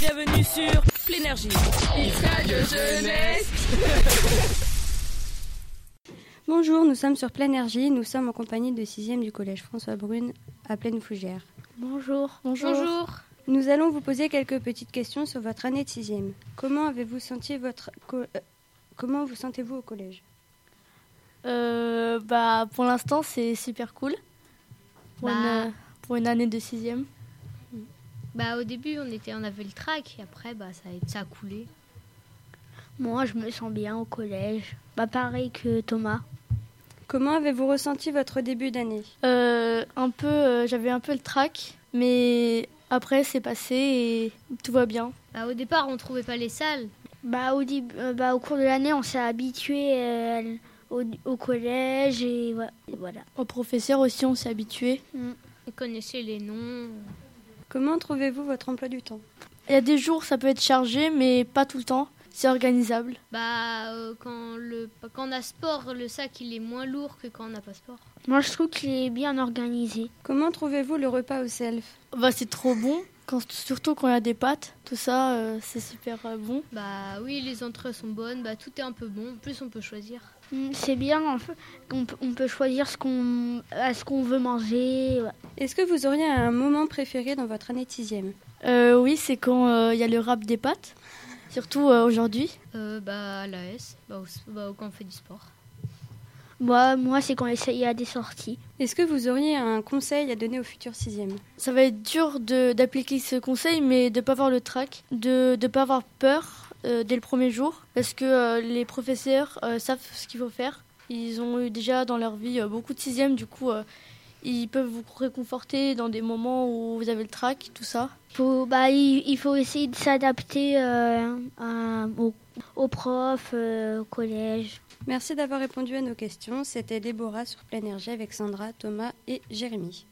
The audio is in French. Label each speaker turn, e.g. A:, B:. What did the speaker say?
A: Bienvenue sur Plénergie.
B: de jeunesse.
C: Bonjour, nous sommes sur Plénergie. Nous sommes en compagnie de 6e du collège François Brune à Plaine Fougère.
D: Bonjour.
C: Nous allons vous poser quelques petites questions sur votre année de 6e. Comment avez-vous senti votre. co- euh, comment vous sentez-vous au collège
D: Euh, bah, pour l'instant, c'est super cool. Pour,
E: Bah.
D: une, euh, pour une année de sixième.
E: Bah au début on était on avait le track et après bah ça a, ça a coulé.
F: Moi, je me sens bien au collège. Pas pareil que Thomas.
C: Comment avez-vous ressenti votre début d'année
D: Euh, un peu, euh, j'avais un peu le trac, mais après, c'est passé et tout va bien.
E: Bah au départ on trouvait pas les salles.
F: Bah, au, début, euh, bah, au cours de l'année, on s'est habitué euh, à l- au, au collège et, ouais, et voilà.
D: Au professeur aussi, on s'est habitué.
E: On connaissait les noms.
C: Comment trouvez-vous votre emploi du temps
D: Il y a des jours, ça peut être chargé, mais pas tout le temps. C'est organisable.
E: Bah euh, quand le quand on a sport le sac il est moins lourd que quand on n'a pas sport.
F: Moi, je trouve qu'il est bien organisé.
C: Comment trouvez-vous le repas au self
D: Bah, c'est trop bon, quand, surtout quand il y a des pâtes. Tout ça, euh, c'est super euh, bon.
E: Bah oui les entrées sont bonnes bah tout est un peu bon. En plus on peut choisir.
F: Mm, C'est bien, en fait, on, peut- on peut choisir ce qu'on à ce qu'on veut manger. ouais.
C: Est-ce que vous auriez un moment préféré dans votre année de 6e
D: Euh, oui, c'est quand euh, il y a le rap des pâtes, surtout euh, aujourd'hui.
E: Euh, bah à la S bah, au, s- bah, quand on fait du sport.
F: Moi, moi c'est quand il y a des sorties.
C: Est-ce que vous auriez un conseil à donner au futur 6e
D: Ça va être dur de- d'appliquer ce conseil, mais de ne pas avoir le trac, de ne pas avoir peur euh, dès le premier jour, parce que euh, les professeurs euh, savent ce qu'il faut faire. Ils ont eu déjà dans leur vie euh, beaucoup de sixièmes, du coup, euh, ils peuvent vous réconforter dans des moments où vous avez le trac, tout ça.
F: Faut, bah, il, il faut essayer de s'adapter euh, à- aux aux profs, euh, au collège.
C: Merci d'avoir répondu à nos questions. C'était Déborah sur Plein Énergie avec Sandra, Thomas et Jérémy.